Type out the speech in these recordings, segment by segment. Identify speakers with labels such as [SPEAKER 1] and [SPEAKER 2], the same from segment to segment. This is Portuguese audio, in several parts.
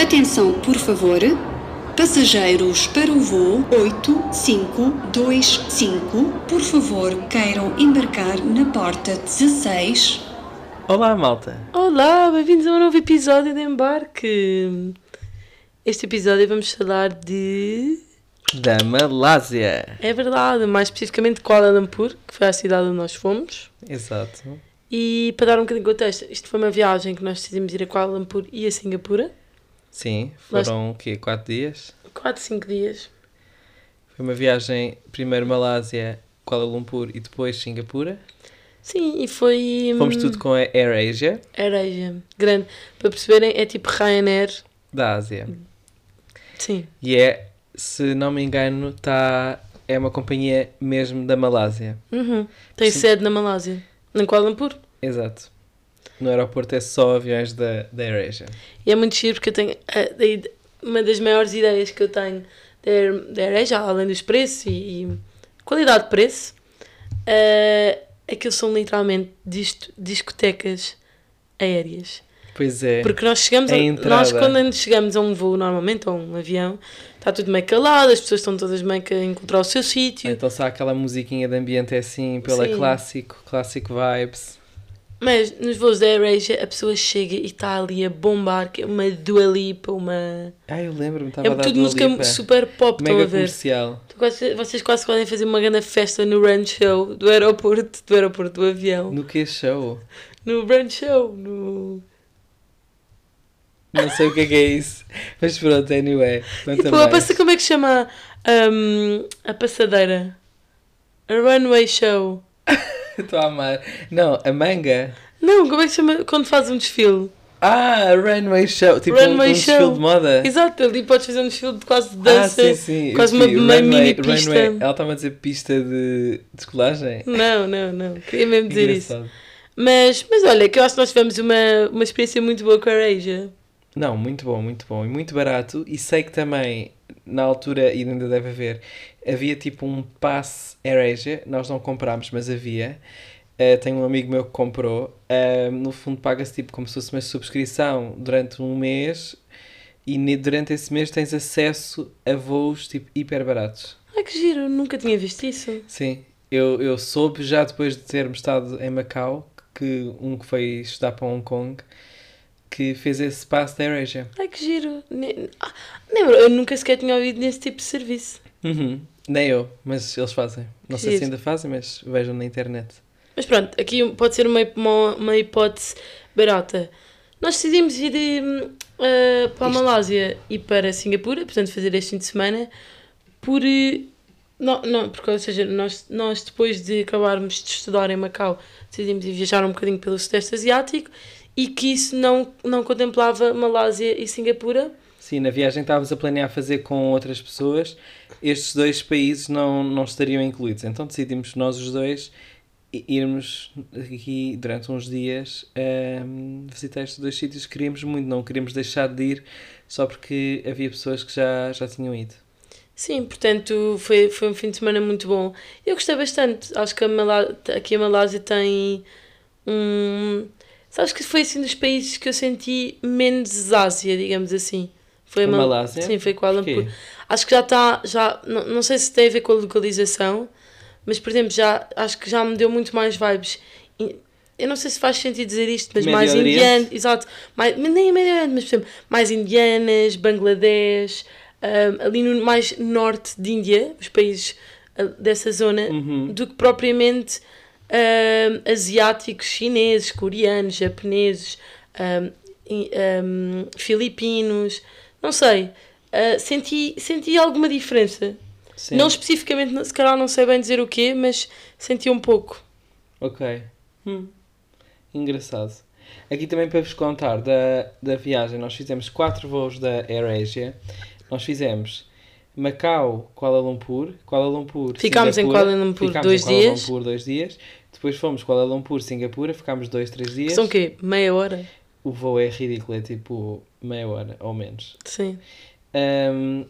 [SPEAKER 1] Atenção, por favor. Passageiros para o voo 8525, por favor, queiram embarcar na porta 16.
[SPEAKER 2] Olá, malta.
[SPEAKER 3] Olá, bem-vindos a um novo episódio de Embarque. Este episódio vamos falar de.
[SPEAKER 2] Da Malásia.
[SPEAKER 3] É verdade, mais especificamente Kuala Lumpur, que foi a cidade onde nós fomos.
[SPEAKER 2] Exato.
[SPEAKER 3] E para dar um bocadinho de contexto, isto foi uma viagem que nós decidimos ir a Kuala Lumpur e a Singapura.
[SPEAKER 2] Sim, foram o quê? Quatro dias?
[SPEAKER 3] 4, 5 dias.
[SPEAKER 2] Foi uma viagem, primeiro Malásia, Kuala Lumpur e depois Singapura.
[SPEAKER 3] Sim, e foi. hum,
[SPEAKER 2] Fomos tudo com a Air Asia
[SPEAKER 3] Areia. Grande. Para perceberem, é tipo Ryanair.
[SPEAKER 2] da Ásia.
[SPEAKER 3] Hum. Sim.
[SPEAKER 2] E é, se não me engano, tá, é uma companhia mesmo da Malásia.
[SPEAKER 3] Uhum. Tem
[SPEAKER 2] Sim.
[SPEAKER 3] sede na Malásia. Em Kuala Lumpur.
[SPEAKER 2] Exato. No aeroporto é só aviões da, da Air Asia.
[SPEAKER 3] E é muito giro porque eu tenho eh, da ide- uma das maiores ideias que eu tenho da Air- da Areja, além dos preços e, e qualidade de preço, eh, é que eles são literalmente dis- discotecas aéreas.
[SPEAKER 2] Pois é.
[SPEAKER 3] Porque nós chegamos,
[SPEAKER 2] A
[SPEAKER 3] a-
[SPEAKER 2] entrada.
[SPEAKER 3] nós quando chegamos a um voo normalmente, a um avião, está tudo meio calado, as pessoas estão todas meio que a encontrar o seu sítio,
[SPEAKER 2] Então só aquela musiquinha de ambiente é assim, pela
[SPEAKER 3] Sim.
[SPEAKER 2] clássico, clássico vibes.
[SPEAKER 3] mas nos voos da AirAsia a pessoa chega e está ali a bombar, que é uma Dua Lipa, uma...
[SPEAKER 2] Ah, eu lembro-me, estava
[SPEAKER 3] É
[SPEAKER 2] a dar
[SPEAKER 3] tudo
[SPEAKER 2] Dua
[SPEAKER 3] música
[SPEAKER 2] Lipa.
[SPEAKER 3] super pop, estão a
[SPEAKER 2] Mega
[SPEAKER 3] ver.
[SPEAKER 2] comercial.
[SPEAKER 3] Tu quase- Vocês quase podem fazer uma grande festa no Run Show do aeroporto, do aeroporto do avião.
[SPEAKER 2] No que é show?
[SPEAKER 3] No Run Show, no.
[SPEAKER 2] Não sei o que é que é isso. Mas pronto, anyway.
[SPEAKER 3] E,
[SPEAKER 2] Conta
[SPEAKER 3] pô, a
[SPEAKER 2] mais.
[SPEAKER 3] passa, como é que chama hum, a passadeira? A Runway Show.
[SPEAKER 2] Estou a amar. Não, a manga.
[SPEAKER 3] Não, como é que chama quando faz um desfile?
[SPEAKER 2] Ah, a runway show. Tipo
[SPEAKER 3] Runway
[SPEAKER 2] um, um
[SPEAKER 3] show.
[SPEAKER 2] desfile de moda.
[SPEAKER 3] Exato, ali podes fazer um desfile de quase de
[SPEAKER 2] Ah,
[SPEAKER 3] dança.
[SPEAKER 2] sim, sim. eu
[SPEAKER 3] quase uma-
[SPEAKER 2] vi.
[SPEAKER 3] uma
[SPEAKER 2] Runway-
[SPEAKER 3] mini pista.
[SPEAKER 2] runway. Ela estava a dizer pista de descolagem.
[SPEAKER 3] Não, não, não. Queria mesmo dizer isso.
[SPEAKER 2] Engraçado.
[SPEAKER 3] Mas, mas olha, que eu acho que nós tivemos uma, uma experiência muito boa com a Asia.
[SPEAKER 2] Não, muito bom, muito bom. E muito barato. E sei que também, na altura, e ainda deve haver, havia tipo um passe AirAsia. Nós não comprámos, mas havia. Eh, tenho um amigo meu que comprou. Eh, no fundo, paga-se tipo como se fosse uma subscrição durante um mês. E ne- durante esse mês tens acesso a voos tipo hiper baratos.
[SPEAKER 3] Ai que giro, eu nunca tinha visto isso.
[SPEAKER 2] Sim, eu, eu soube já depois de termos estado em Macau, que um que foi estudar para Hong Kong, que fez esse passe da AirAsia.
[SPEAKER 3] Ai que giro. Ne- Ah, Lembro, eu nunca sequer tinha ouvido nesse tipo de serviço.
[SPEAKER 2] Uhum. Nem eu, mas eles fazem. Não sei se
[SPEAKER 3] Giro.
[SPEAKER 2] ainda fazem, mas vejam na internet.
[SPEAKER 3] Mas pronto, aqui pode ser uma, uma, uma hipótese barata. Nós decidimos ir hum, ah, para a Malásia e para Singapura, portanto fazer este fim de semana, por. eh, Não, não, porque, ou seja, nós, nós depois de acabarmos de estudar em Macau, decidimos ir viajar um bocadinho pelo Sudeste Asiático e que isso não, não contemplava Malásia e Singapura.
[SPEAKER 2] Sim, na viagem que estávamos a planear fazer com outras pessoas, estes dois países não, não estariam incluídos. Então decidimos nós os dois i- irmos aqui durante uns dias ahm, visitar estes dois sítios que queríamos muito, não queríamos deixar de ir só porque havia pessoas que já, já tinham ido.
[SPEAKER 3] Sim, portanto foi, foi um fim de semana muito bom. Eu gostei bastante. Acho que a Malá- aqui a Malásia tem um. Sabes que foi assim dos países que eu senti menos Ásia, digamos assim. Foi
[SPEAKER 2] A
[SPEAKER 3] Mal-
[SPEAKER 2] Malásia?
[SPEAKER 3] Sim, foi Kuala
[SPEAKER 2] Porquê?
[SPEAKER 3] Lumpur. Acho que já está. Já, não, não sei se tem a ver com a localização, mas por exemplo, já, acho que já me deu muito mais vibes. E- Eu não sei se faz sentido dizer isto, mas
[SPEAKER 2] Médio
[SPEAKER 3] mais
[SPEAKER 2] Oriente?
[SPEAKER 3] indiano, exato, mais, mas nem Médio Oriente, mas por exemplo, mais indianas, Bangladesh, ahm, ali no mais norte de Índia, os países ah, dessa zona,
[SPEAKER 2] Uhum.
[SPEAKER 3] do que propriamente ahm, asiáticos, chineses, coreanos, japoneses, ahm, e- ahm, filipinos, não sei. Ah, senti, senti alguma diferença.
[SPEAKER 2] Sim.
[SPEAKER 3] Não especificamente, se calhar não sei bem dizer o quê, mas senti um pouco.
[SPEAKER 2] Ok. Hum. Engraçado. Aqui também para vos contar da, da viagem, nós fizemos quatro voos da AirAsia. Nós fizemos Macau, Kuala Lumpur, Kuala Lumpur,
[SPEAKER 3] Ficámos em
[SPEAKER 2] Singapura.
[SPEAKER 3] Kuala Lumpur
[SPEAKER 2] Ficámos
[SPEAKER 3] dois
[SPEAKER 2] em Kuala
[SPEAKER 3] dias.
[SPEAKER 2] Lumpur dois dias. Depois fomos Kuala Lumpur, Singapura, ficámos dois, três dias.
[SPEAKER 3] São o quê? Meia hora?
[SPEAKER 2] O voo é ridículo, é tipo meia hora ou menos.
[SPEAKER 3] Sim.
[SPEAKER 2] Ahm,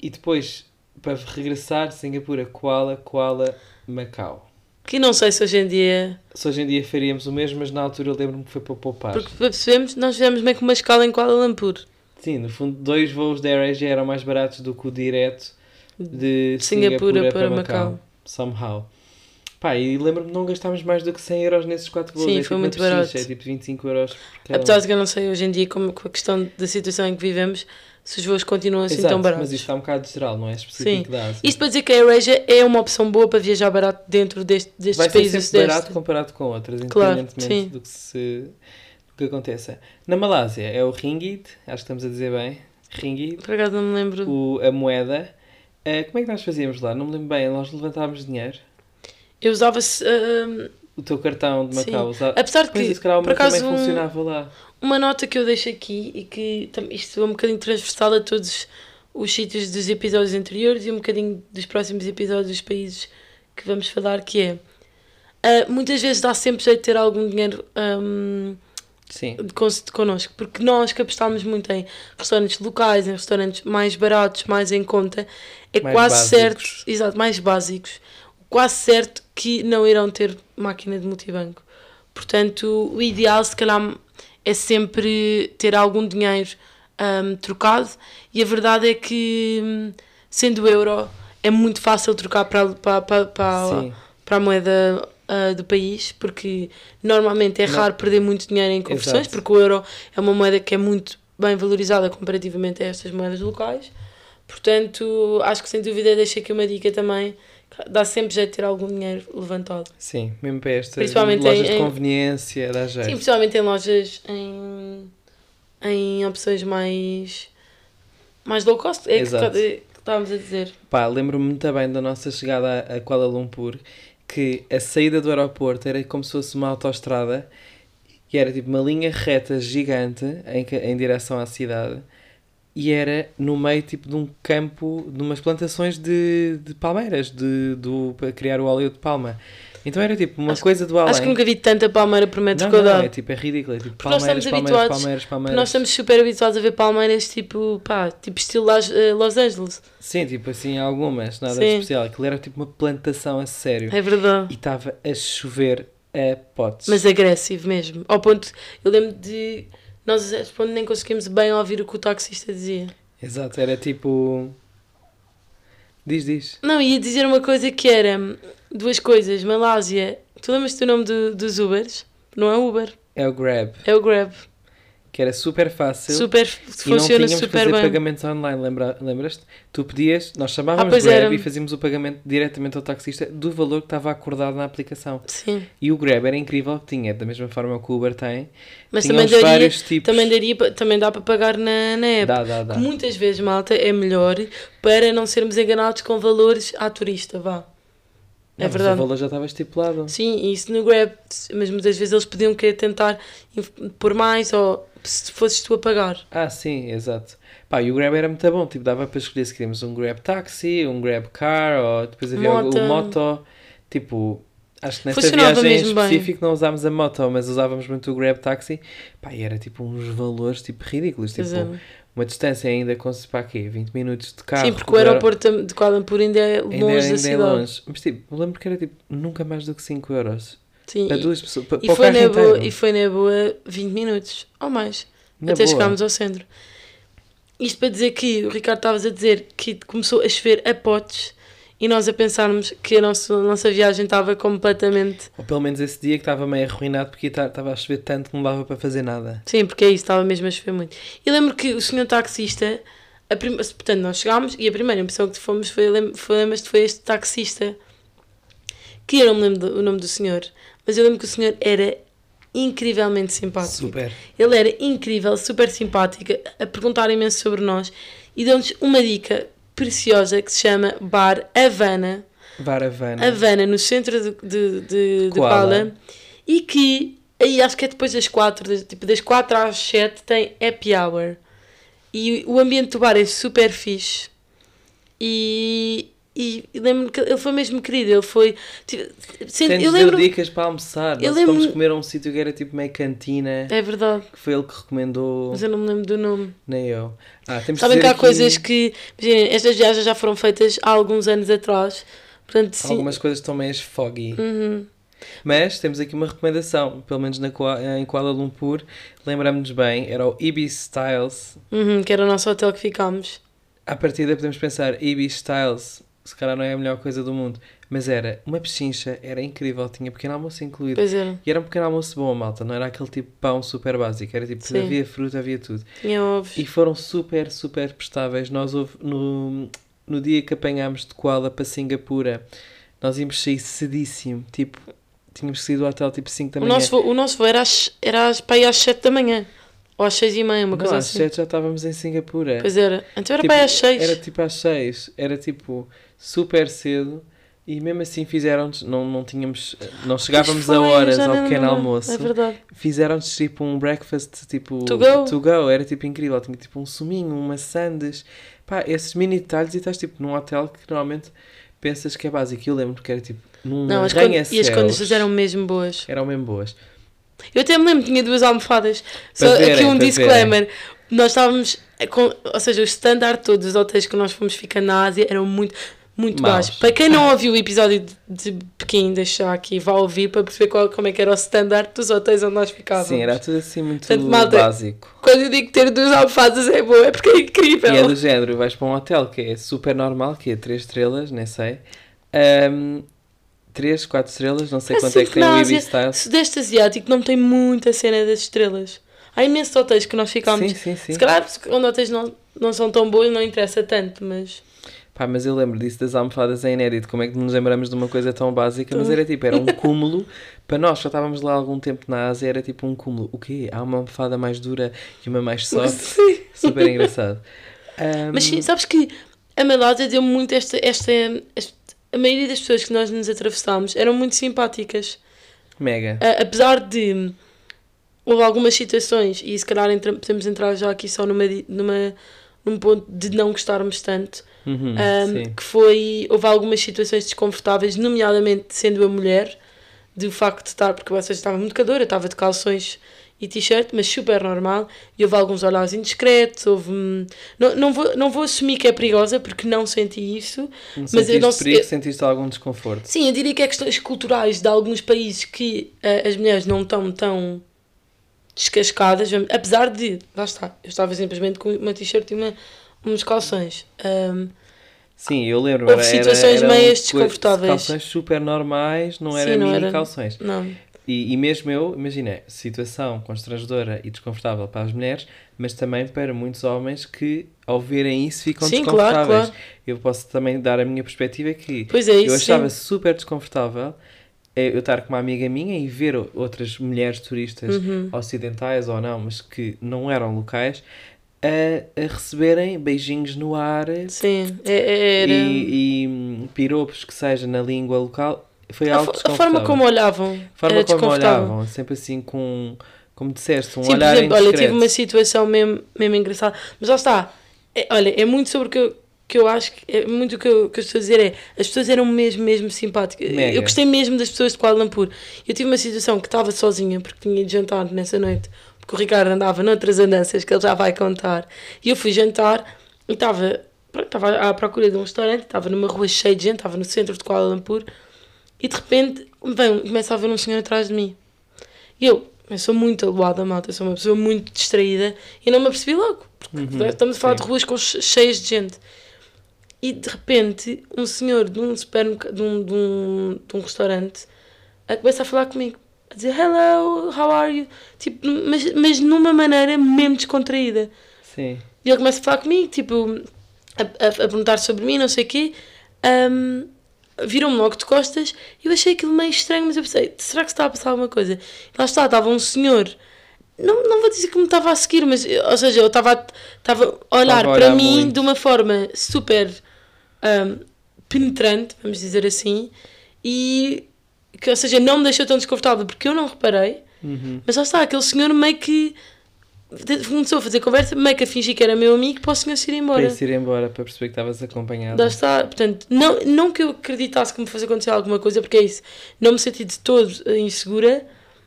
[SPEAKER 2] e depois, para regressar, Singapura, Kuala, Kuala, Macau.
[SPEAKER 3] Que não sei se hoje em dia.
[SPEAKER 2] Se hoje em dia faríamos o mesmo, mas na altura eu lembro-me que foi para poupar.
[SPEAKER 3] Porque percebemos, nós fizemos meio que uma escala em Kuala Lumpur.
[SPEAKER 2] Sim, no fundo, dois voos da AirAsia eram mais baratos do que o direto de
[SPEAKER 3] Singapura
[SPEAKER 2] Singapura,
[SPEAKER 3] para
[SPEAKER 2] para, Macau.
[SPEAKER 3] Macau.
[SPEAKER 2] Somehow. Pá, e lembro-me de não gastarmos mais do que 100 euros nesses quatro voos.
[SPEAKER 3] Sim,
[SPEAKER 2] é
[SPEAKER 3] foi
[SPEAKER 2] tipo
[SPEAKER 3] muito
[SPEAKER 2] na pechincha,
[SPEAKER 3] barato.
[SPEAKER 2] É tipo 25 euros por cada um.
[SPEAKER 3] Apesar de que eu não sei hoje em dia, como, com a questão da situação em que vivemos, se os voos continuam assim
[SPEAKER 2] Exato,
[SPEAKER 3] tão baratos.
[SPEAKER 2] mas isto está um bocado geral, não é específico
[SPEAKER 3] Sim.
[SPEAKER 2] da Ásia.
[SPEAKER 3] Isto para dizer que a AirAsia é uma opção boa para viajar barato dentro deste, destes
[SPEAKER 2] Vai ser
[SPEAKER 3] países.
[SPEAKER 2] sempre barato
[SPEAKER 3] deste.
[SPEAKER 2] comparado com outras,
[SPEAKER 3] Claro,
[SPEAKER 2] independentemente
[SPEAKER 3] sim.
[SPEAKER 2] do, que se, do que aconteça. Na Malásia é o ringgit, acho que estamos a dizer bem, ringgit,
[SPEAKER 3] Por acaso não me lembro.
[SPEAKER 2] o, a moeda. Ah, como é que nós fazíamos lá? Não me lembro bem, nós levantávamos dinheiro.
[SPEAKER 3] Eu usava-se. ah,
[SPEAKER 2] O teu cartão de Macau
[SPEAKER 3] Sim.
[SPEAKER 2] usava.
[SPEAKER 3] Apesar de
[SPEAKER 2] Pois,
[SPEAKER 3] que,
[SPEAKER 2] se calhar, o
[SPEAKER 3] por
[SPEAKER 2] meu
[SPEAKER 3] acaso,
[SPEAKER 2] também
[SPEAKER 3] um-
[SPEAKER 2] funcionava lá.
[SPEAKER 3] uma nota que eu deixo aqui e que tam- isto é um bocadinho transversal a todos os sítios dos episódios anteriores e um bocadinho dos próximos episódios dos países que vamos falar, que é. ah, muitas vezes dá sempre jeito de ter algum dinheiro ah,
[SPEAKER 2] Sim.
[SPEAKER 3] de con- de connosco, porque nós que apostámos muito em restaurantes locais, em restaurantes mais baratos, mais em conta, é
[SPEAKER 2] Mais
[SPEAKER 3] quase
[SPEAKER 2] básicos.
[SPEAKER 3] certo, exato, mais básicos, quase certo que não irão ter máquina de multibanco. Portanto, o ideal, se calhar, é sempre ter algum dinheiro hum, trocado, e a verdade é que, hum, sendo euro, é muito fácil trocar para, para, para, para,
[SPEAKER 2] Sim.
[SPEAKER 3] para a moeda ah, do país, porque normalmente é
[SPEAKER 2] Não-
[SPEAKER 3] raro perder muito dinheiro em conversões,
[SPEAKER 2] Exato.
[SPEAKER 3] porque o euro é uma moeda que é muito bem valorizada comparativamente a estas moedas locais. Portanto, acho que sem dúvida deixo aqui uma dica também. Dá sempre jeito de ter algum dinheiro levantado.
[SPEAKER 2] Sim, mesmo para estas
[SPEAKER 3] Principalmente
[SPEAKER 2] lojas
[SPEAKER 3] em-
[SPEAKER 2] de
[SPEAKER 3] em-
[SPEAKER 2] conveniência, dá jeito.
[SPEAKER 3] Sim, principalmente em lojas em, em opções mais, mais low cost, é
[SPEAKER 2] Exato.
[SPEAKER 3] que, que estávamos a dizer.
[SPEAKER 2] Pá, lembro-me também da nossa chegada a a Kuala Lumpur, que a saída do aeroporto era como se fosse uma autoestrada e era tipo uma linha reta gigante em, que- em direção à cidade e era no meio tipo de um campo, de umas plantações de, de palmeiras, de, do, para criar o óleo de palma. Então era tipo uma coisa do além.
[SPEAKER 3] Acho que nunca vi tanta palmeira por metro
[SPEAKER 2] não, não,
[SPEAKER 3] quadrado.
[SPEAKER 2] é tipo, é ridículo, é tipo
[SPEAKER 3] Porque nós
[SPEAKER 2] palmeiras,
[SPEAKER 3] estamos
[SPEAKER 2] palmeiras,
[SPEAKER 3] habituados-
[SPEAKER 2] palmeiras, palmeiras.
[SPEAKER 3] Nós estamos super habituados a ver palmeiras tipo, pá, tipo estilo Las- eh, Los Angeles.
[SPEAKER 2] Sim, tipo assim, algumas, nada de
[SPEAKER 3] Sim.
[SPEAKER 2] especial. Aquilo era tipo uma plantação a sério.
[SPEAKER 3] É verdade.
[SPEAKER 2] E estava a chover a potes.
[SPEAKER 3] Mas agressivo mesmo. Ao ponto, eu lembro de. Nós a certo ponto, nem conseguimos bem ouvir o que o taxista dizia.
[SPEAKER 2] Exato, era tipo. Diz, diz.
[SPEAKER 3] Não, ia dizer uma coisa que era. hum, Duas coisas. Malásia. Tu lembras-te do nome do- dos Ubers? Não é Uber,
[SPEAKER 2] É o Grab,
[SPEAKER 3] é o Grab.
[SPEAKER 2] que era super fácil.
[SPEAKER 3] Super,
[SPEAKER 2] e não
[SPEAKER 3] funciona
[SPEAKER 2] tínhamos que
[SPEAKER 3] super
[SPEAKER 2] fazer
[SPEAKER 3] bem.
[SPEAKER 2] pagamentos online, lembra, lembras-te? Tu pedias, nós chamávamos
[SPEAKER 3] Ah, pois
[SPEAKER 2] Grab
[SPEAKER 3] era.
[SPEAKER 2] e fazíamos o pagamento diretamente ao taxista do valor que estava acordado na aplicação.
[SPEAKER 3] Sim,
[SPEAKER 2] E o Grab era incrível que tinha, da mesma forma que o Uber tem.
[SPEAKER 3] mas
[SPEAKER 2] Tinha
[SPEAKER 3] também
[SPEAKER 2] uns
[SPEAKER 3] daria,
[SPEAKER 2] vários tipos.
[SPEAKER 3] também daria. pa- Também dá para pagar na, na app.
[SPEAKER 2] Dá, dá, dá.
[SPEAKER 3] É, Que muitas vezes, malta, é melhor para não sermos enganados com valores à turista, vá.
[SPEAKER 2] Não,
[SPEAKER 3] é
[SPEAKER 2] mas
[SPEAKER 3] verdade.
[SPEAKER 2] O valor já estava estipulado.
[SPEAKER 3] Sim, e isso no Grab, mas muitas vezes eles podiam querer tentar inf- pôr mais ou se fosses tu a pagar.
[SPEAKER 2] Ah, sim, exato. Pá, e o Grab era muito bom, tipo, dava para escolher se queríamos um Grab Taxi, um Grab Car, ou depois havia o-
[SPEAKER 3] Moto.
[SPEAKER 2] o Moto. Tipo, acho que nesta
[SPEAKER 3] Funcionava
[SPEAKER 2] viagem em
[SPEAKER 3] mesmo bem.
[SPEAKER 2] específico não usámos a Moto, mas usávamos muito o Grab Taxi. Pá, e era tipo uns valores, tipo, ridículos, tipo,
[SPEAKER 3] Pois é.
[SPEAKER 2] uma distância ainda com, para quê? 20 minutos de carro.
[SPEAKER 3] Sim, porque o
[SPEAKER 2] aer-
[SPEAKER 3] aeroporto tam- de Kuala Lumpur ainda é longe
[SPEAKER 2] ainda,
[SPEAKER 3] da
[SPEAKER 2] ainda é
[SPEAKER 3] cidade.
[SPEAKER 2] longe. Mas tipo, eu lembro que era tipo, nunca mais do que 5 euros.
[SPEAKER 3] Sim,
[SPEAKER 2] Para
[SPEAKER 3] e-
[SPEAKER 2] duas pessoas, para,
[SPEAKER 3] e,
[SPEAKER 2] para o
[SPEAKER 3] foi
[SPEAKER 2] carro
[SPEAKER 3] na boa,
[SPEAKER 2] inteiro.
[SPEAKER 3] e foi na boa 20 minutos ou mais.
[SPEAKER 2] Na
[SPEAKER 3] até
[SPEAKER 2] boa.
[SPEAKER 3] chegarmos ao centro. Isto para dizer que o Ricardo estavas a dizer que começou a chover a potes e nós a pensarmos que a nossa, a nossa viagem estava completamente.
[SPEAKER 2] Ou pelo menos esse dia que estava meio arruinado porque ta- estava a chover tanto que não dava para fazer nada.
[SPEAKER 3] Sim, porque é isso, estava mesmo a chover muito. E lembro que o senhor taxista, a prim... portanto, nós chegámos e a primeira impressão que fomos foi, lem- foi lembras-te, foi este taxista, que eu não me lembro do- o nome do senhor, mas eu lembro que o senhor era incrivelmente simpático.
[SPEAKER 2] Super.
[SPEAKER 3] Ele era incrível, super simpático, a perguntar imenso sobre nós e deu-nos uma dica preciosa que se chama Bar Havana.
[SPEAKER 2] Varavana.
[SPEAKER 3] Havana, no centro de, de, de, de
[SPEAKER 2] Kuala.
[SPEAKER 3] Kuala. E que, aí acho que é depois das 4, das, tipo das 4 às 7 tem happy hour. E o ambiente do bar é super fixe. E, e lembro-me que ele foi mesmo querido, ele foi... Tipo, sente-
[SPEAKER 2] Tens
[SPEAKER 3] eu
[SPEAKER 2] de deu
[SPEAKER 3] lembro...
[SPEAKER 2] dicas para almoçar.
[SPEAKER 3] eu
[SPEAKER 2] Nós
[SPEAKER 3] lembro-
[SPEAKER 2] fomos comer a um sítio que era tipo meio cantina,
[SPEAKER 3] É verdade,
[SPEAKER 2] que foi ele que recomendou,
[SPEAKER 3] mas eu não me lembro do nome.
[SPEAKER 2] nem eu. Ah, temos
[SPEAKER 3] Sabem
[SPEAKER 2] de dizer
[SPEAKER 3] que há
[SPEAKER 2] aqui
[SPEAKER 3] coisas que. Imaginem, estas viagens já foram feitas há alguns anos atrás. Portanto, sim. Uhum.
[SPEAKER 2] Algumas coisas estão meio foggy. Mas temos aqui uma recomendação, pelo menos na, Kua- em Kuala Lumpur, lembramos-nos bem, era o Ibis Styles.
[SPEAKER 3] Uhum, que era o nosso hotel que ficámos.
[SPEAKER 2] À partida podemos pensar, Ibis Styles, se calhar não é a melhor coisa do mundo, mas era uma pechincha, era incrível, tinha pequeno almoço incluído.
[SPEAKER 3] Pois era.
[SPEAKER 2] E era um pequeno almoço bom, malta, não era aquele tipo de pão super básico, era tipo,
[SPEAKER 3] Sim.
[SPEAKER 2] havia fruta, havia tudo.
[SPEAKER 3] Tinha ovos.
[SPEAKER 2] E foram super, super prestáveis. Nós houve, no, no dia que apanhámos de Kuala para Singapura, nós íamos sair cedíssimo, tipo, tínhamos saído do hotel tipo 5 da
[SPEAKER 3] O
[SPEAKER 2] manhã.
[SPEAKER 3] nosso, voo, o nosso voo era, às, era às, para aí às 7 da manhã. Ou às 6 e meia, uma
[SPEAKER 2] Não,
[SPEAKER 3] coisa
[SPEAKER 2] às
[SPEAKER 3] assim.
[SPEAKER 2] 7 já estávamos em Singapura.
[SPEAKER 3] Pois era. Então era
[SPEAKER 2] Tipo,
[SPEAKER 3] para aí às 6.
[SPEAKER 2] Era tipo às 6, era tipo super cedo e mesmo assim fizeram-nos, não, não tínhamos, não chegávamos a horas ao pequeno almoço.
[SPEAKER 3] É verdade.
[SPEAKER 2] Fizeram-nos tipo um breakfast tipo
[SPEAKER 3] To go.
[SPEAKER 2] era tipo incrível, tinha tipo um suminho, umas sandes, pá, esses mini detalhes e estás tipo num hotel que normalmente pensas que é básico. Eu lembro que era tipo num
[SPEAKER 3] Não, as condi- e as condições eram mesmo boas.
[SPEAKER 2] eram mesmo boas.
[SPEAKER 3] Eu até me lembro, tinha duas almofadas. Só
[SPEAKER 2] verem,
[SPEAKER 3] aqui um
[SPEAKER 2] para
[SPEAKER 3] disclaimer. Nós estávamos, com- ou seja, o standard todos os hotéis que nós fomos ficar na Ásia eram muito, muito
[SPEAKER 2] Maus.
[SPEAKER 3] baixos. Para quem não ouviu o episódio de, de Pequim, deixa aqui, vá ouvir para perceber qual, como é que era o standard dos hotéis onde nós ficávamos.
[SPEAKER 2] Sim, era tudo assim muito
[SPEAKER 3] Portanto, malta-
[SPEAKER 2] básico.
[SPEAKER 3] Quando eu digo ter duas almofadas é boa, é porque é incrível.
[SPEAKER 2] E é do género, vais para um hotel que é super normal, que é 3 estrelas, nem sei. Ahm, três 4 estrelas, não sei
[SPEAKER 3] Mas
[SPEAKER 2] quanto é
[SPEAKER 3] sinto
[SPEAKER 2] que tem
[SPEAKER 3] na
[SPEAKER 2] o
[SPEAKER 3] Ásia,
[SPEAKER 2] Ibis Styles.
[SPEAKER 3] Sudeste Asiático não tem muita cena das estrelas. Há imensos hotéis que nós ficámos.
[SPEAKER 2] Sim, sim, sim.
[SPEAKER 3] Se calhar, quando hotéis não, não são tão bons, não interessa tanto, mas.
[SPEAKER 2] Pá, mas eu lembro disso das almofadas é inédito. Como é que nos lembramos de uma coisa tão básica? Mas era tipo, era um cúmulo. Para nós, já estávamos lá há algum tempo na Ásia, era tipo um cúmulo. O quê? Há uma almofada mais dura e uma mais soft.
[SPEAKER 3] Sim.
[SPEAKER 2] Super engraçado. Ahm,
[SPEAKER 3] Mas sim, sabes que a Malásia deu muito esta, esta, este- A maioria das pessoas que nós nos atravessámos eram muito simpáticas.
[SPEAKER 2] Mega.
[SPEAKER 3] A- apesar de. Houve algumas situações, e se calhar entra- podemos entrar já aqui só numa, di- numa, num ponto de não gostarmos tanto.
[SPEAKER 2] Uhum,
[SPEAKER 3] Um,
[SPEAKER 2] sim.
[SPEAKER 3] que foi. Houve algumas situações desconfortáveis, nomeadamente sendo a mulher, do facto de estar, porque vocês estavam muito calor, eu estava de calções e t-shirt, mas super normal, e houve alguns olhares indiscretos, houve. hum, Não, não, vou, não vou assumir que é perigosa, porque não senti isso,
[SPEAKER 2] Não
[SPEAKER 3] mas eu
[SPEAKER 2] sentiste
[SPEAKER 3] não
[SPEAKER 2] perigo,
[SPEAKER 3] sei.
[SPEAKER 2] sentiste algum desconforto.
[SPEAKER 3] Sim, eu diria que é questões culturais de alguns países que eh, as mulheres não estão tão descascadas, vamos- apesar de, lá está, eu estava simplesmente com uma t-shirt e uma, uns calções. Um,
[SPEAKER 2] Sim, eu lembro.
[SPEAKER 3] Houve
[SPEAKER 2] era- era-
[SPEAKER 3] situações
[SPEAKER 2] eram
[SPEAKER 3] meias
[SPEAKER 2] co-
[SPEAKER 3] desconfortáveis.
[SPEAKER 2] Calções super normais, não era
[SPEAKER 3] Sim, não
[SPEAKER 2] mini
[SPEAKER 3] era-
[SPEAKER 2] calções.
[SPEAKER 3] não.
[SPEAKER 2] E, e mesmo eu, imagina, situação constrangedora e desconfortável para as mulheres, mas também para muitos homens que, ao verem isso, ficam
[SPEAKER 3] Sim, claro,
[SPEAKER 2] desconfortáveis.
[SPEAKER 3] claro.
[SPEAKER 2] Eu posso também dar a minha perspectiva que
[SPEAKER 3] Pois é, isso
[SPEAKER 2] eu achava
[SPEAKER 3] sim.
[SPEAKER 2] super desconfortável eh, eu estar com uma amiga minha e ver o- outras mulheres turistas
[SPEAKER 3] Uhum.
[SPEAKER 2] ocidentais ou não, mas que não eram locais, a, a receberem beijinhos no ar
[SPEAKER 3] Sim, é- é- era.
[SPEAKER 2] e, e hum, piropos que seja na língua local. Foi
[SPEAKER 3] a,
[SPEAKER 2] é algo
[SPEAKER 3] fo- a forma
[SPEAKER 2] desconfortável
[SPEAKER 3] como olhavam
[SPEAKER 2] forma
[SPEAKER 3] era
[SPEAKER 2] como
[SPEAKER 3] desconfortável.
[SPEAKER 2] olhavam, sempre assim com, como disseste, um
[SPEAKER 3] Sim, por
[SPEAKER 2] olhar
[SPEAKER 3] exemplo, olha, tive
[SPEAKER 2] indiscreto.
[SPEAKER 3] uma situação mesmo, mesmo engraçada, mas lá está. É, olha, é muito sobre o que eu, que eu acho, que, é muito o que eu, que eu estou a dizer é as pessoas eram mesmo, mesmo simpáticas.
[SPEAKER 2] Mega.
[SPEAKER 3] Eu gostei mesmo das pessoas de Kuala Lumpur. Eu tive uma situação que estava sozinha porque tinha de jantar nessa noite, porque o Ricardo andava noutras andanças que ele já vai contar. E eu fui jantar e estava, pronto, estava à procura de um restaurante, estava numa rua cheia de gente, estava no centro de Kuala Lumpur e de repente vem, começa a ver um senhor atrás de mim. E eu, eu sou muito aloada, malta, eu sou uma pessoa muito distraída e não me apercebi logo. Porque estamos a falar de ruas com che- cheias de gente. E de repente, um senhor de um, supermerc- de um, de um, de um restaurante a começa a falar comigo. A dizer hello, how are you? Tipo, mas, mas numa maneira mesmo descontraída.
[SPEAKER 2] Sim.
[SPEAKER 3] E ele começa a falar comigo, tipo, a, a- a perguntar sobre mim, não sei o quê. Ahm, Viram-me logo de costas e eu achei aquilo meio estranho, mas eu pensei, será que se está a passar alguma coisa? E lá está, estava um senhor, não, não vou dizer que me estava a seguir, mas, ou seja, eu estava a- estava a olhar
[SPEAKER 2] Estava a
[SPEAKER 3] para
[SPEAKER 2] olhar
[SPEAKER 3] mim
[SPEAKER 2] muito.
[SPEAKER 3] de uma forma super ahm, penetrante, vamos dizer assim, e que, ou seja, não me deixou tão desconfortável porque eu não reparei, mas lá está, aquele senhor meio que te- começou a fazer conversa, meio que a fingir que era meu amigo para o senhor se ir
[SPEAKER 2] Para
[SPEAKER 3] embora.
[SPEAKER 2] isso ir embora, para perceber que estavas acompanhada.
[SPEAKER 3] Lá está, portanto, não, não que eu acreditasse que me fosse acontecer alguma coisa, porque é isso, não me senti de todo eh, insegura,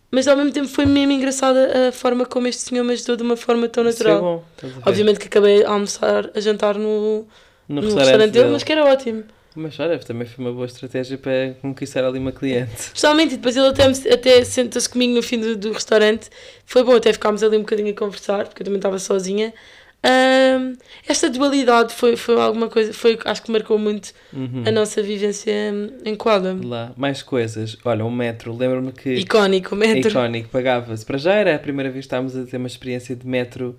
[SPEAKER 3] mas ao mesmo tempo foi mesmo engraçada a forma como este senhor me ajudou de uma forma tão
[SPEAKER 2] Isso foi
[SPEAKER 3] natural.
[SPEAKER 2] bom. estás a ver?
[SPEAKER 3] Obviamente que acabei a almoçar, a jantar no,
[SPEAKER 2] No,
[SPEAKER 3] no restaurante dele, mas que era ótimo.
[SPEAKER 2] Mas olha, também foi uma boa estratégia para conquistar ali uma cliente.
[SPEAKER 3] Justamente, e depois ele até, me- até senta-se comigo no fim do, do restaurante. Foi bom, até ficámos ali um bocadinho a conversar, porque eu também estava sozinha. Ahm, esta dualidade foi, foi alguma coisa, foi, acho que marcou muito
[SPEAKER 2] Uhum.
[SPEAKER 3] a nossa vivência hum, em Kuala.
[SPEAKER 2] Lá, mais coisas. Olha, um metro. Lembro-me que
[SPEAKER 3] Icónico,
[SPEAKER 2] é
[SPEAKER 3] metro.
[SPEAKER 2] icónico, pagava-se. Para já era a primeira vez que estávamos a ter uma experiência de metro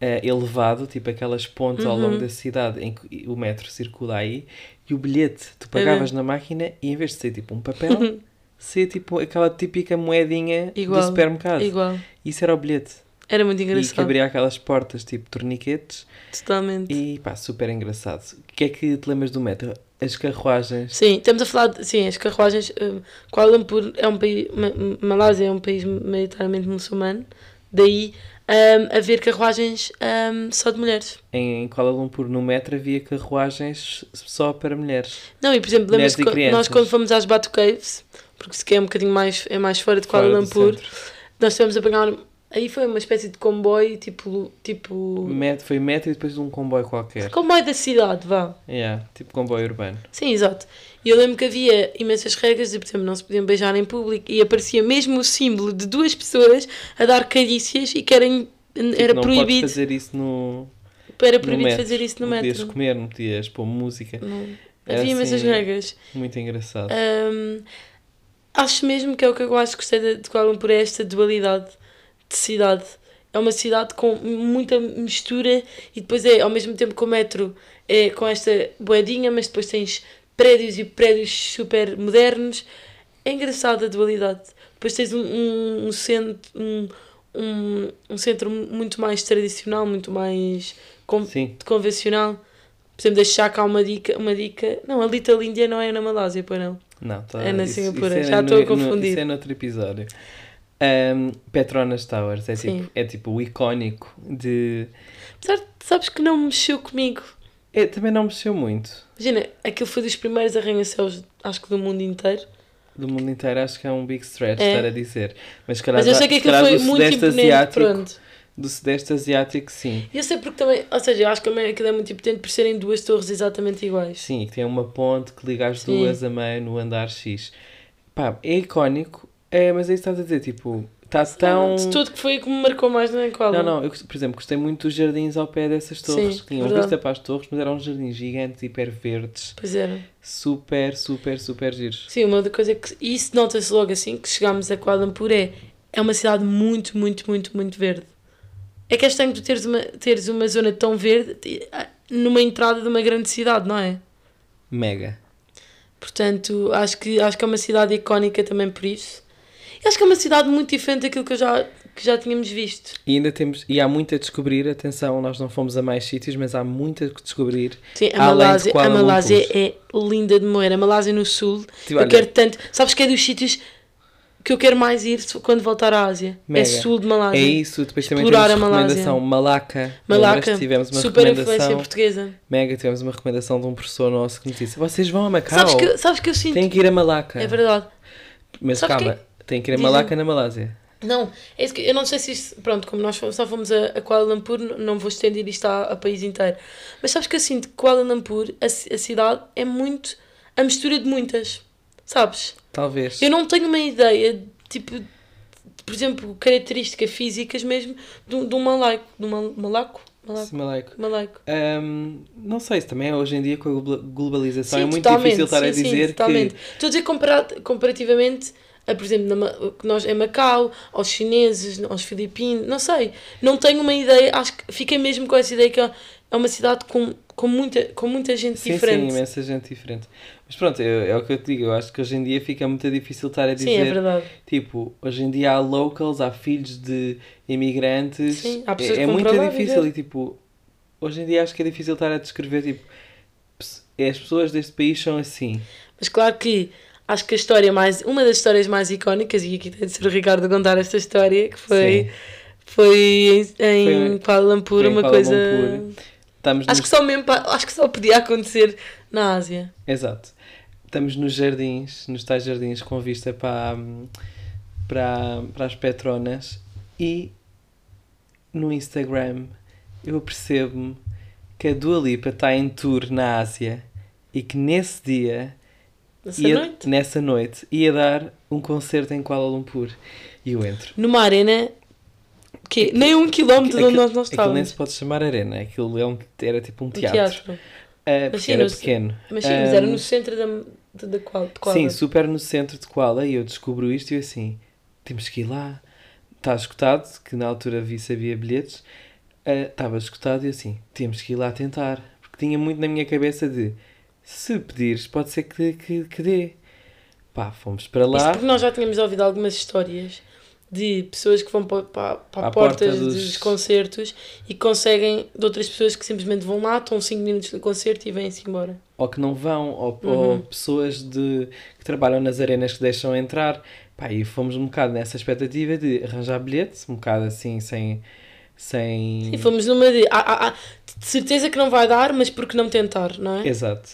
[SPEAKER 2] eh, elevado, tipo aquelas pontes ao
[SPEAKER 3] Uhum.
[SPEAKER 2] longo da cidade em que o metro circula aí. E o bilhete,
[SPEAKER 3] Uhum.
[SPEAKER 2] tu pagavas na máquina e em vez de ser tipo um papel, ser tipo aquela típica moedinha
[SPEAKER 3] Igual,
[SPEAKER 2] do supermercado.
[SPEAKER 3] Igual.
[SPEAKER 2] Isso era o bilhete.
[SPEAKER 3] Era muito
[SPEAKER 2] E que
[SPEAKER 3] engraçado.
[SPEAKER 2] abria aquelas portas tipo torniquetes.
[SPEAKER 3] Totalmente.
[SPEAKER 2] E pá, super engraçado. O que é que te lembras do metro? As carruagens.
[SPEAKER 3] Sim, estamos a falar de, sim, as carruagens. hum, Kuala Lumpur é um país, Ma- Ma- Malásia é um país maioritariamente muçulmano, daí hum, haver carruagens hum, só de mulheres.
[SPEAKER 2] Em Kuala Lumpur, no metro, havia carruagens só para mulheres.
[SPEAKER 3] Não, e por exemplo,
[SPEAKER 2] Mulheres
[SPEAKER 3] lembras
[SPEAKER 2] e
[SPEAKER 3] que quando-
[SPEAKER 2] crianças.
[SPEAKER 3] nós quando fomos às Batu Caves, porque sequer é um bocadinho mais, é mais fora de Kuala
[SPEAKER 2] fora do
[SPEAKER 3] Lumpur,
[SPEAKER 2] centro.
[SPEAKER 3] nós estivemos a apanhar. Aí foi uma espécie de comboio, tipo. tipo
[SPEAKER 2] Metro, foi metro e depois um comboio qualquer.
[SPEAKER 3] comboio da cidade, vá.
[SPEAKER 2] Yeah, tipo comboio urbano.
[SPEAKER 3] Sim, exato. E eu lembro que havia imensas regras, de, por exemplo, não se podiam beijar em público e aparecia mesmo o símbolo de duas pessoas a dar carícias e que era, in- era
[SPEAKER 2] Tipo, não podes
[SPEAKER 3] proibido,
[SPEAKER 2] fazer isso no,
[SPEAKER 3] era
[SPEAKER 2] no
[SPEAKER 3] proibido
[SPEAKER 2] metro.
[SPEAKER 3] fazer isso no
[SPEAKER 2] não Podias
[SPEAKER 3] metro.
[SPEAKER 2] comer, não podias pôr música.
[SPEAKER 3] Não.
[SPEAKER 2] Era
[SPEAKER 3] Havia imensas
[SPEAKER 2] assim-
[SPEAKER 3] regras.
[SPEAKER 2] Muito engraçado.
[SPEAKER 3] Hum, acho mesmo que é o que eu acho que gostei de, de Kuala Lumpur, é esta dualidade de cidade. É uma cidade com muita mistura e depois é, ao mesmo tempo que o metro é com esta boedinha, mas depois tens prédios e prédios super modernos. É engraçada a dualidade. Depois tens um, um, um centro, um, um, um centro muito mais tradicional, muito mais con-
[SPEAKER 2] Sim.
[SPEAKER 3] convencional. Por exemplo, deixar cá uma dica, uma dica. Não, a Little India não é na Malásia, pois não.
[SPEAKER 2] Não, tá,
[SPEAKER 3] É na
[SPEAKER 2] isso-
[SPEAKER 3] Singapura,
[SPEAKER 2] isso é
[SPEAKER 3] já estou a
[SPEAKER 2] no- no-
[SPEAKER 3] confundir.
[SPEAKER 2] Isso é noutro episódio. Ahm, Petronas Towers é
[SPEAKER 3] Sim.
[SPEAKER 2] tipo, é tipo o icónico de.
[SPEAKER 3] Apesar de, sabes que não mexeu comigo.
[SPEAKER 2] É, também não mexeu muito.
[SPEAKER 3] Imagina, aquilo foi dos primeiros arranha-céus, acho que do mundo inteiro.
[SPEAKER 2] Do mundo inteiro acho que é um big stretch
[SPEAKER 3] É.
[SPEAKER 2] estar a dizer. Mas se calhar,
[SPEAKER 3] Mas eu sei
[SPEAKER 2] da-
[SPEAKER 3] que
[SPEAKER 2] se
[SPEAKER 3] aquilo
[SPEAKER 2] calhar
[SPEAKER 3] foi
[SPEAKER 2] do
[SPEAKER 3] muito
[SPEAKER 2] Sudeste
[SPEAKER 3] imponente,
[SPEAKER 2] Asiático.
[SPEAKER 3] pronto.
[SPEAKER 2] Do Sudeste Asiático, sim.
[SPEAKER 3] E eu sei porque também, ou seja, eu acho que também aquilo é muito imponente por serem duas torres exatamente iguais.
[SPEAKER 2] Sim, e que tem uma ponte que liga as
[SPEAKER 3] Sim.
[SPEAKER 2] duas a meio no andar X. Pá, é icónico, é, mas é isso que estás a dizer, tipo, está tão.
[SPEAKER 3] De tudo que foi que me marcou mais é na escola.
[SPEAKER 2] Não, não, eu, gost- por exemplo, gostei muito dos jardins ao pé dessas torres.
[SPEAKER 3] Sim,
[SPEAKER 2] Tinham
[SPEAKER 3] verdade.
[SPEAKER 2] vista para as torres, mas eram jardins gigantes, hiper verdes,
[SPEAKER 3] Pois era.
[SPEAKER 2] super, super, super giros.
[SPEAKER 3] Sim, uma outra coisa é que. E isso nota-se logo assim que chegámos a Kuala Lumpur é. É uma cidade muito, muito, muito, muito verde. É que é estranho tu teres uma, teres uma zona tão verde ti- ah, numa entrada de uma grande cidade, não é?
[SPEAKER 2] Mega.
[SPEAKER 3] Portanto, acho que, acho que é uma cidade icónica também por isso. E acho que é uma cidade muito diferente daquilo que, eu já, que já tínhamos visto.
[SPEAKER 2] E ainda temos, e há muito a descobrir, atenção, nós não fomos a mais sítios, mas há muito a descobrir.
[SPEAKER 3] Sim, a
[SPEAKER 2] Além de
[SPEAKER 3] Malásia, a
[SPEAKER 2] Kuala Lumpur.
[SPEAKER 3] Malásia é linda de moer. A Malásia no sul,
[SPEAKER 2] Tipo,
[SPEAKER 3] eu
[SPEAKER 2] olha-
[SPEAKER 3] quero tanto. Sabes que é dos sítios que eu quero mais ir se- quando voltar à Ásia. É
[SPEAKER 2] Mega.
[SPEAKER 3] sul de Malásia.
[SPEAKER 2] É isso, depois também
[SPEAKER 3] Explorar
[SPEAKER 2] temos
[SPEAKER 3] a Malásia.
[SPEAKER 2] recomendação Malaca. Lembras-te?
[SPEAKER 3] Malaca,
[SPEAKER 2] tivemos uma
[SPEAKER 3] super influência
[SPEAKER 2] recomendação.
[SPEAKER 3] portuguesa.
[SPEAKER 2] Mega, tivemos uma recomendação de um professor nosso que nos disse: vocês vão a Macau,
[SPEAKER 3] Sabes que, sabes que eu sinto.
[SPEAKER 2] têm que ir a Malaca.
[SPEAKER 3] É verdade.
[SPEAKER 2] Mas
[SPEAKER 3] Sabes
[SPEAKER 2] calma, têm que ir a
[SPEAKER 3] Dizem-
[SPEAKER 2] Malaca na Malásia.
[SPEAKER 3] Não, é isso que, eu não sei se isto. Pronto, como nós fomos- só fomos a, a Kuala Lumpur, n- não vou estender isto a, a país inteiro. Mas sabes que eu sinto que Kuala Lumpur, a, ci- a cidade, é muito. a mistura de muitas. Sabes?
[SPEAKER 2] Talvez.
[SPEAKER 3] Eu não tenho uma ideia, tipo. de- Por exemplo, características físicas mesmo de um- de um malaico. De um mal- malaco? Malaco.
[SPEAKER 2] Sim, malaico.
[SPEAKER 3] Malaico.
[SPEAKER 2] Hum, não sei, isso também é hoje em dia com a glo- globalização é
[SPEAKER 3] Sim,
[SPEAKER 2] muito
[SPEAKER 3] totalmente,
[SPEAKER 2] difícil estar a
[SPEAKER 3] sim, sim,
[SPEAKER 2] dizer
[SPEAKER 3] totalmente.
[SPEAKER 2] que.
[SPEAKER 3] Estou a dizer comparado, comparativamente a, por exemplo, na Ma- que nós em Macau, aos chineses, aos filipinos, não sei. Não tenho uma ideia, acho que fiquei mesmo com essa ideia que é é uma cidade com, com, muita, com muita gente
[SPEAKER 2] Sim,
[SPEAKER 3] diferente.
[SPEAKER 2] sim, imensa gente diferente. Mas pronto, eu- é o que eu te digo. Eu acho que hoje em dia fica muito difícil estar a
[SPEAKER 3] Sim,
[SPEAKER 2] dizer.
[SPEAKER 3] é verdade.
[SPEAKER 2] Tipo, hoje em dia há locals, há filhos de imigrantes.
[SPEAKER 3] Sim, há pessoas
[SPEAKER 2] é,
[SPEAKER 3] que
[SPEAKER 2] é
[SPEAKER 3] vão
[SPEAKER 2] muito
[SPEAKER 3] para lá
[SPEAKER 2] difícil
[SPEAKER 3] viver.
[SPEAKER 2] e tipo, hoje em dia acho que é difícil estar a descrever tipo, pes- as pessoas deste país são assim.
[SPEAKER 3] Mas claro que acho que a história mais, uma das histórias mais icónicas, e aqui tem de ser o Ricardo a contar esta história, que foi,
[SPEAKER 2] Sim.
[SPEAKER 3] foi em, em
[SPEAKER 2] Foi-
[SPEAKER 3] Kuala Lumpur,
[SPEAKER 2] Em
[SPEAKER 3] uma
[SPEAKER 2] Kuala
[SPEAKER 3] coisa.
[SPEAKER 2] Lumpur. Estamos
[SPEAKER 3] Acho
[SPEAKER 2] nos-
[SPEAKER 3] que só mesmo, pa- acho que só podia acontecer na Ásia.
[SPEAKER 2] Exato. Estamos nos jardins, nos tais jardins com vista para, para, para as Petronas e no Instagram eu percebo-me que a Dua Lipa está em tour na Ásia e que nesse dia,
[SPEAKER 3] Nessa
[SPEAKER 2] ia,
[SPEAKER 3] noite.
[SPEAKER 2] nessa noite, ia dar um concerto em Kuala Lumpur. E eu entro.
[SPEAKER 3] Numa arena
[SPEAKER 2] É
[SPEAKER 3] que nem um quilómetro de onde nós, nós
[SPEAKER 2] aquilo é nem
[SPEAKER 3] estávamos.
[SPEAKER 2] se pode chamar arena, aquilo é um- era tipo um
[SPEAKER 3] Um
[SPEAKER 2] teatro.
[SPEAKER 3] teatro.
[SPEAKER 2] Ah, porque era
[SPEAKER 3] Imagina-se.
[SPEAKER 2] pequeno.
[SPEAKER 3] Mas sim, mas era
[SPEAKER 2] Ah,
[SPEAKER 3] no centro da, de, de, qual, de qual? é?
[SPEAKER 2] Sim, super no centro de Kuala e eu descubro isto e eu assim, temos que ir lá. Está escutado, que na altura vi se havia bilhetes. Ah, Estava escutado e eu assim, temos que ir lá tentar. Porque tinha muito na minha cabeça de, se pedires, pode ser que, que, que dê. Pá, fomos para
[SPEAKER 3] Isto
[SPEAKER 2] lá.
[SPEAKER 3] porque nós já tínhamos ouvido algumas histórias de pessoas que vão para, para,
[SPEAKER 2] À porta
[SPEAKER 3] portas
[SPEAKER 2] dos-
[SPEAKER 3] dos... concertos e conseguem de outras pessoas que simplesmente vão lá, estão 5 minutos no concerto e vêm-se embora.
[SPEAKER 2] Ou que não vão, ou,
[SPEAKER 3] Uhum.
[SPEAKER 2] ou pessoas de, que trabalham nas arenas que deixam entrar. Pá, e fomos um bocado nessa expectativa de arranjar bilhete, um bocado assim, sem... sem...
[SPEAKER 3] E fomos numa de. ah, ah, ah, de certeza que não vai dar, mas porque não tentar, não é?
[SPEAKER 2] Exato.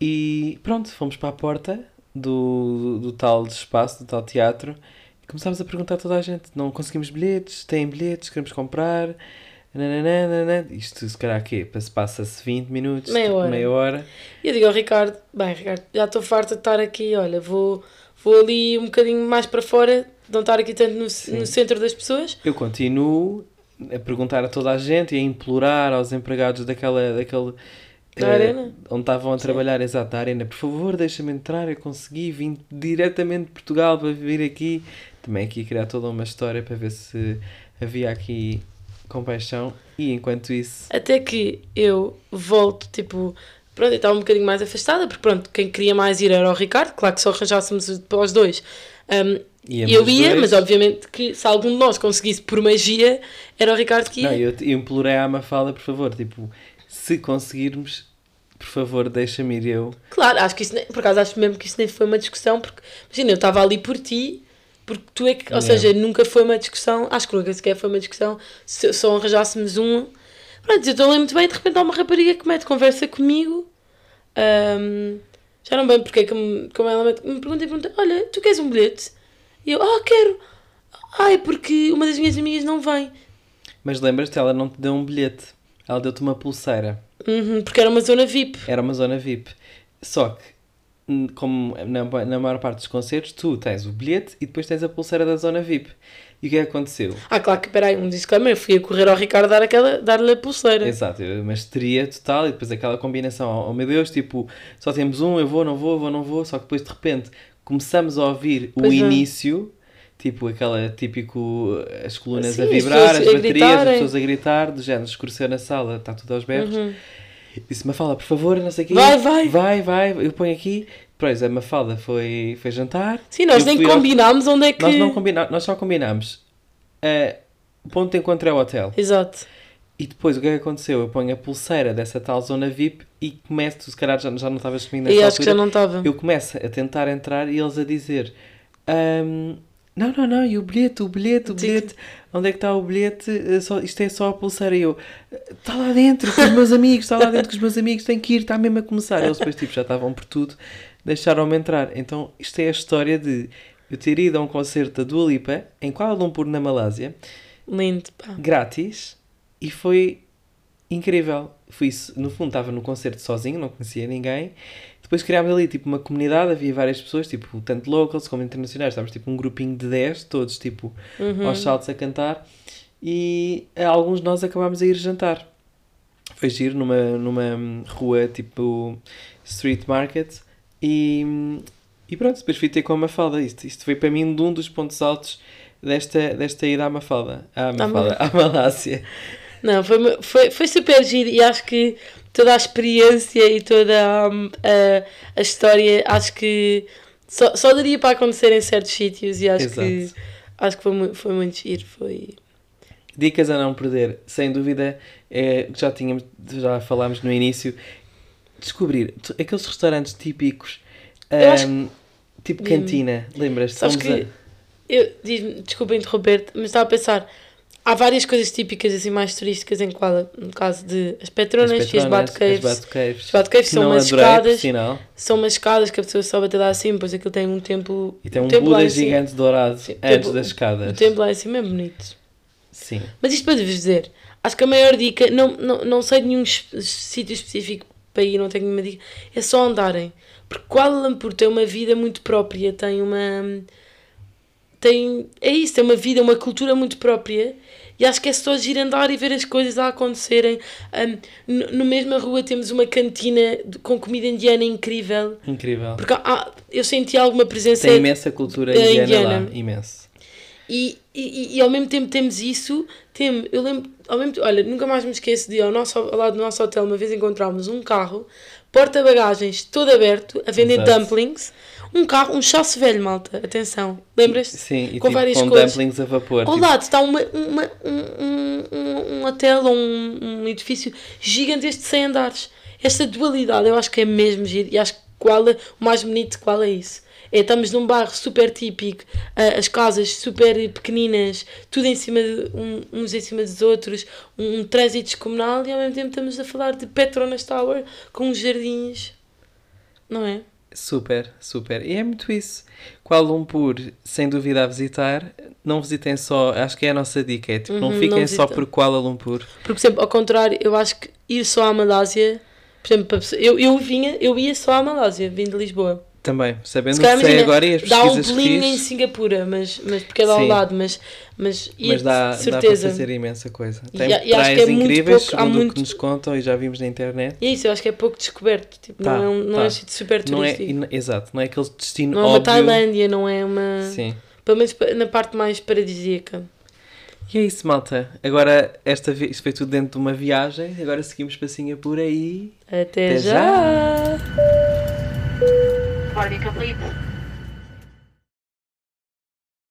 [SPEAKER 2] E pronto, fomos para a porta do, do, do tal espaço, do tal teatro, e começámos a perguntar a toda a gente: não conseguimos bilhetes? Têm bilhetes? Queremos comprar? Nananã, nananã. Isto se calhar quê? Pa- Passa-se 20 minutos, tipo,
[SPEAKER 3] Meia hora.
[SPEAKER 2] meia hora.
[SPEAKER 3] E eu digo ao Ricardo: bem, Ricardo, já estou farta de estar aqui, olha, vou, vou ali um bocadinho mais para fora, não estar aqui tanto no, no centro das pessoas.
[SPEAKER 2] Eu continuo a perguntar a toda a gente e a implorar aos empregados daquela. daquele
[SPEAKER 3] Da
[SPEAKER 2] eh,
[SPEAKER 3] arena?
[SPEAKER 2] Onde estavam a trabalhar, exato, da arena. Por favor, deixa-me entrar, eu consegui, vim diretamente de Portugal para vir aqui. Também aqui criar toda uma história para ver se havia aqui compaixão. E enquanto isso,
[SPEAKER 3] Até que eu volto, tipo, pronto, eu estava um bocadinho mais afastada, porque pronto, quem queria mais ir era o Ricardo, claro que só arranjássemos os- para os dois. Um,
[SPEAKER 2] Íamos
[SPEAKER 3] eu
[SPEAKER 2] os
[SPEAKER 3] ia,
[SPEAKER 2] dois.
[SPEAKER 3] mas obviamente que se algum de nós conseguisse por magia, era o Ricardo que ia.
[SPEAKER 2] não, eu, te- eu implorei à Mafalda, por favor, tipo, se conseguirmos, por favor, deixa-me ir eu.
[SPEAKER 3] Claro, acho que isso, nem- por acaso acho mesmo que isso nem foi uma discussão, porque imagina, eu estava ali por ti, porque tu é que, ou
[SPEAKER 2] Yeah.
[SPEAKER 3] seja, nunca foi uma discussão, acho que nunca sequer foi uma discussão, se só arranjássemos um. Pronto, eu estou a ler muito bem, de repente há uma rapariga que mete conversa comigo, ahm, já não bem porque é que me, como ela mete, me pergunta e pergunta: Olha, tu queres um bilhete? E eu, ah, quero! Ah, é porque uma das minhas amigas não vem.
[SPEAKER 2] Mas lembras-te, ela não te deu um bilhete, ela deu-te uma pulseira.
[SPEAKER 3] Uhum, porque era uma zona VIP.
[SPEAKER 2] Era uma zona VIP. Só que, hum, como na, na maior parte dos concertos, tu tens o bilhete e depois tens a pulseira da zona VIP. E o que é que aconteceu?
[SPEAKER 3] Ah, claro que, peraí, um disclaimer, eu fui a correr ao Ricardo dar aquela- dar-lhe a pulseira.
[SPEAKER 2] Exato, eu- mas teria total e depois aquela combinação, oh oh meu Deus, tipo, só temos um, eu vou, não vou, vou, não vou, só que depois de repente começamos a ouvir o
[SPEAKER 3] Pois é.
[SPEAKER 2] início, tipo aquela típico, as colunas
[SPEAKER 3] Sim,
[SPEAKER 2] a
[SPEAKER 3] as
[SPEAKER 2] vibrar, as,
[SPEAKER 3] pessoas a
[SPEAKER 2] baterias, as
[SPEAKER 3] gritarem. Uhum.
[SPEAKER 2] pessoas a gritar, do género, escureceu na sala, está tudo aos berros. Disse Mafalda, por favor, não sei o quê.
[SPEAKER 3] Vai, vai.
[SPEAKER 2] Vai, vai, eu ponho aqui. Pois, a Mafalda foi, foi jantar.
[SPEAKER 3] Sim, nós
[SPEAKER 2] Eu
[SPEAKER 3] nem
[SPEAKER 2] fui ao-
[SPEAKER 3] combinámos onde é que.
[SPEAKER 2] Nós, não combina... nós só combinámos. eh, ponto de encontro é o hotel.
[SPEAKER 3] Exato.
[SPEAKER 2] E depois o que é que aconteceu? Eu ponho a pulseira dessa tal zona VIP e começo, tu se calhar já, já não estavas comigo nessa
[SPEAKER 3] E acho que
[SPEAKER 2] altura.
[SPEAKER 3] já não estava.
[SPEAKER 2] Eu começo a tentar entrar e eles a dizer: "Ahm, Não, não, não, e o bilhete, o bilhete, o
[SPEAKER 3] Sim.
[SPEAKER 2] bilhete, onde é que está o bilhete? Eh, Só, isto é só a pulseira. E eu: Está lá dentro com os meus amigos, está lá dentro com os meus amigos, tem que ir, está mesmo a começar. Eles depois tipo, já estavam por tudo, deixaram-me entrar. Então isto é a história de eu ter ido a um concerto da Dua Lipa em Kuala Lumpur, na Malásia
[SPEAKER 3] Lindo, pá.
[SPEAKER 2] grátis e foi incrível. Fui, so- no fundo, estava no concerto sozinho, não conhecia ninguém. Depois criámos ali tipo uma comunidade, havia várias pessoas, tipo, tanto locals como internacionais, estávamos tipo um grupinho de 10, todos tipo aos saltos a cantar. E eh, alguns de nós acabámos a ir jantar. Foi giro numa, numa hum, rua tipo street market e, e pronto, depois fui ter com a Mafalda. Isto, isto foi para mim um dos pontos altos desta, desta ida à Mafalda, à, Mafalda, à Malásia.
[SPEAKER 3] Não, foi, uma- foi, foi super giro e acho que toda a experiência e toda hum, a, a história acho que só, só daria para acontecer em certos sítios e acho que
[SPEAKER 2] Exato.
[SPEAKER 3] acho que foi, mu- foi muito giro. Foi.
[SPEAKER 2] Dicas a não perder, sem dúvida, é, já tínhamos, já falámos no início, descobrir tu- aqueles restaurantes típicos,
[SPEAKER 3] Eu acho
[SPEAKER 2] hum, tipo
[SPEAKER 3] Diz-me.
[SPEAKER 2] cantina, lembras-te?
[SPEAKER 3] Sabes
[SPEAKER 2] Fomos
[SPEAKER 3] que eu diz-me, desculpa interromper-te, mas estava a pensar. Há várias coisas típicas assim mais turísticas em Kuala, no caso de as
[SPEAKER 2] a- as
[SPEAKER 3] Petronas, e as
[SPEAKER 2] Petronas,
[SPEAKER 3] Batu Caves.
[SPEAKER 2] as Batu Caves,
[SPEAKER 3] As Batu Caves
[SPEAKER 2] que
[SPEAKER 3] são
[SPEAKER 2] não
[SPEAKER 3] umas
[SPEAKER 2] adorei, por
[SPEAKER 3] escadas.
[SPEAKER 2] sinal.
[SPEAKER 3] São umas escadas que a pessoa sobe até lá assim, pois aquilo tem um templo.
[SPEAKER 2] E tem um
[SPEAKER 3] templo lá
[SPEAKER 2] Buda
[SPEAKER 3] em cima.
[SPEAKER 2] gigante dourado
[SPEAKER 3] Sim,
[SPEAKER 2] antes
[SPEAKER 3] templo-
[SPEAKER 2] das escadas.
[SPEAKER 3] O templo lá em cima é bonito.
[SPEAKER 2] Sim.
[SPEAKER 3] Mas isto para vos dizer, acho que a maior dica, não, não, não sei de nenhum es- sítio específico para ir, não tenho nenhuma dica. É só andarem. Porque Kuala Lumpur tem uma vida muito própria, tem uma. Tem, é isso, tem uma vida, uma cultura muito própria. E acho que é só ir andar e ver as coisas a acontecerem. Ahm, no, no mesma rua temos uma cantina de- com comida indiana incrível.
[SPEAKER 2] Incrível.
[SPEAKER 3] Porque há- eu senti alguma presença
[SPEAKER 2] Tem imensa cultura
[SPEAKER 3] É
[SPEAKER 2] indiana,
[SPEAKER 3] indiana.
[SPEAKER 2] lá. Imenso.
[SPEAKER 3] e, e, e ao mesmo tempo temos isso, tem, eu lembro, ao mesmo, te- olha, nunca mais me esqueço de ao, nosso, ao lado do nosso hotel uma vez encontrarmos um carro, porta-bagagens todo aberto, a vender
[SPEAKER 2] Exato.
[SPEAKER 3] dumplings, um carro, um chasse velho, malta, atenção, lembras-te?
[SPEAKER 2] Sim, e
[SPEAKER 3] com
[SPEAKER 2] tipo,
[SPEAKER 3] várias
[SPEAKER 2] com
[SPEAKER 3] cores.
[SPEAKER 2] dumplings a vapor.
[SPEAKER 3] Ao
[SPEAKER 2] tipo,
[SPEAKER 3] lado está uma, uma, um, um- um, um hotel ou um, um edifício gigantesco de 100 andares. Esta dualidade eu acho que é mesmo giro e acho que Kuala, o mais bonito de Kuala é isso. É, estamos num bairro super típico, ah, as casas super pequeninas, tudo em cima de um- uns em cima dos outros, um, um trânsito descomunal e ao mesmo tempo estamos a falar de Petronas Tower com os jardins, não é?
[SPEAKER 2] tipo, Super, super. E é muito isso. Kuala Lumpur, sem dúvida, a visitar. Não visitem só, acho que é a nossa dica. É, tipo, não
[SPEAKER 3] Uhum,
[SPEAKER 2] fiquem
[SPEAKER 3] não
[SPEAKER 2] só
[SPEAKER 3] visitem.
[SPEAKER 2] por Kuala Lumpur.
[SPEAKER 3] Porque, por exemplo, ao contrário, eu acho que ir só à Malásia, por exemplo, para pessoa- eu, eu vinha, eu ia só à Malásia, vim de Lisboa.
[SPEAKER 2] Também, sabendo
[SPEAKER 3] Se
[SPEAKER 2] o que
[SPEAKER 3] calhar,
[SPEAKER 2] sei
[SPEAKER 3] imagina,
[SPEAKER 2] agora e as
[SPEAKER 3] dá um
[SPEAKER 2] pesquisas que
[SPEAKER 3] pulinho em
[SPEAKER 2] fiz,
[SPEAKER 3] Singapura, mas, mas porque é lá ao
[SPEAKER 2] Sim.
[SPEAKER 3] lado, mas, mas, ir
[SPEAKER 2] mas
[SPEAKER 3] de
[SPEAKER 2] dá, dá para
[SPEAKER 3] certeza.
[SPEAKER 2] fazer imensa coisa.
[SPEAKER 3] E-
[SPEAKER 2] Tem
[SPEAKER 3] e acho que é
[SPEAKER 2] praias
[SPEAKER 3] muito
[SPEAKER 2] incríveis,
[SPEAKER 3] pouco- há
[SPEAKER 2] segundo o
[SPEAKER 3] muito-
[SPEAKER 2] que nos contam e já vimos na internet.
[SPEAKER 3] E é isso, eu acho que é pouco descoberto, tipo,
[SPEAKER 2] Tá,
[SPEAKER 3] não é um, não é
[SPEAKER 2] tá.
[SPEAKER 3] um sítio super
[SPEAKER 2] Não é,
[SPEAKER 3] turístico.
[SPEAKER 2] e- exato, não é aquele destino
[SPEAKER 3] Não é uma
[SPEAKER 2] óbvio.
[SPEAKER 3] Tailândia, não é uma.
[SPEAKER 2] Sim.
[SPEAKER 3] Pelo menos pa- na parte mais paradisíaca.
[SPEAKER 2] E é isso, malta. Agora, esta, vi- isto foi tudo dentro de uma viagem. Agora seguimos para Singapura e...
[SPEAKER 3] Até,
[SPEAKER 2] Até
[SPEAKER 3] já.
[SPEAKER 4] Boarding complete.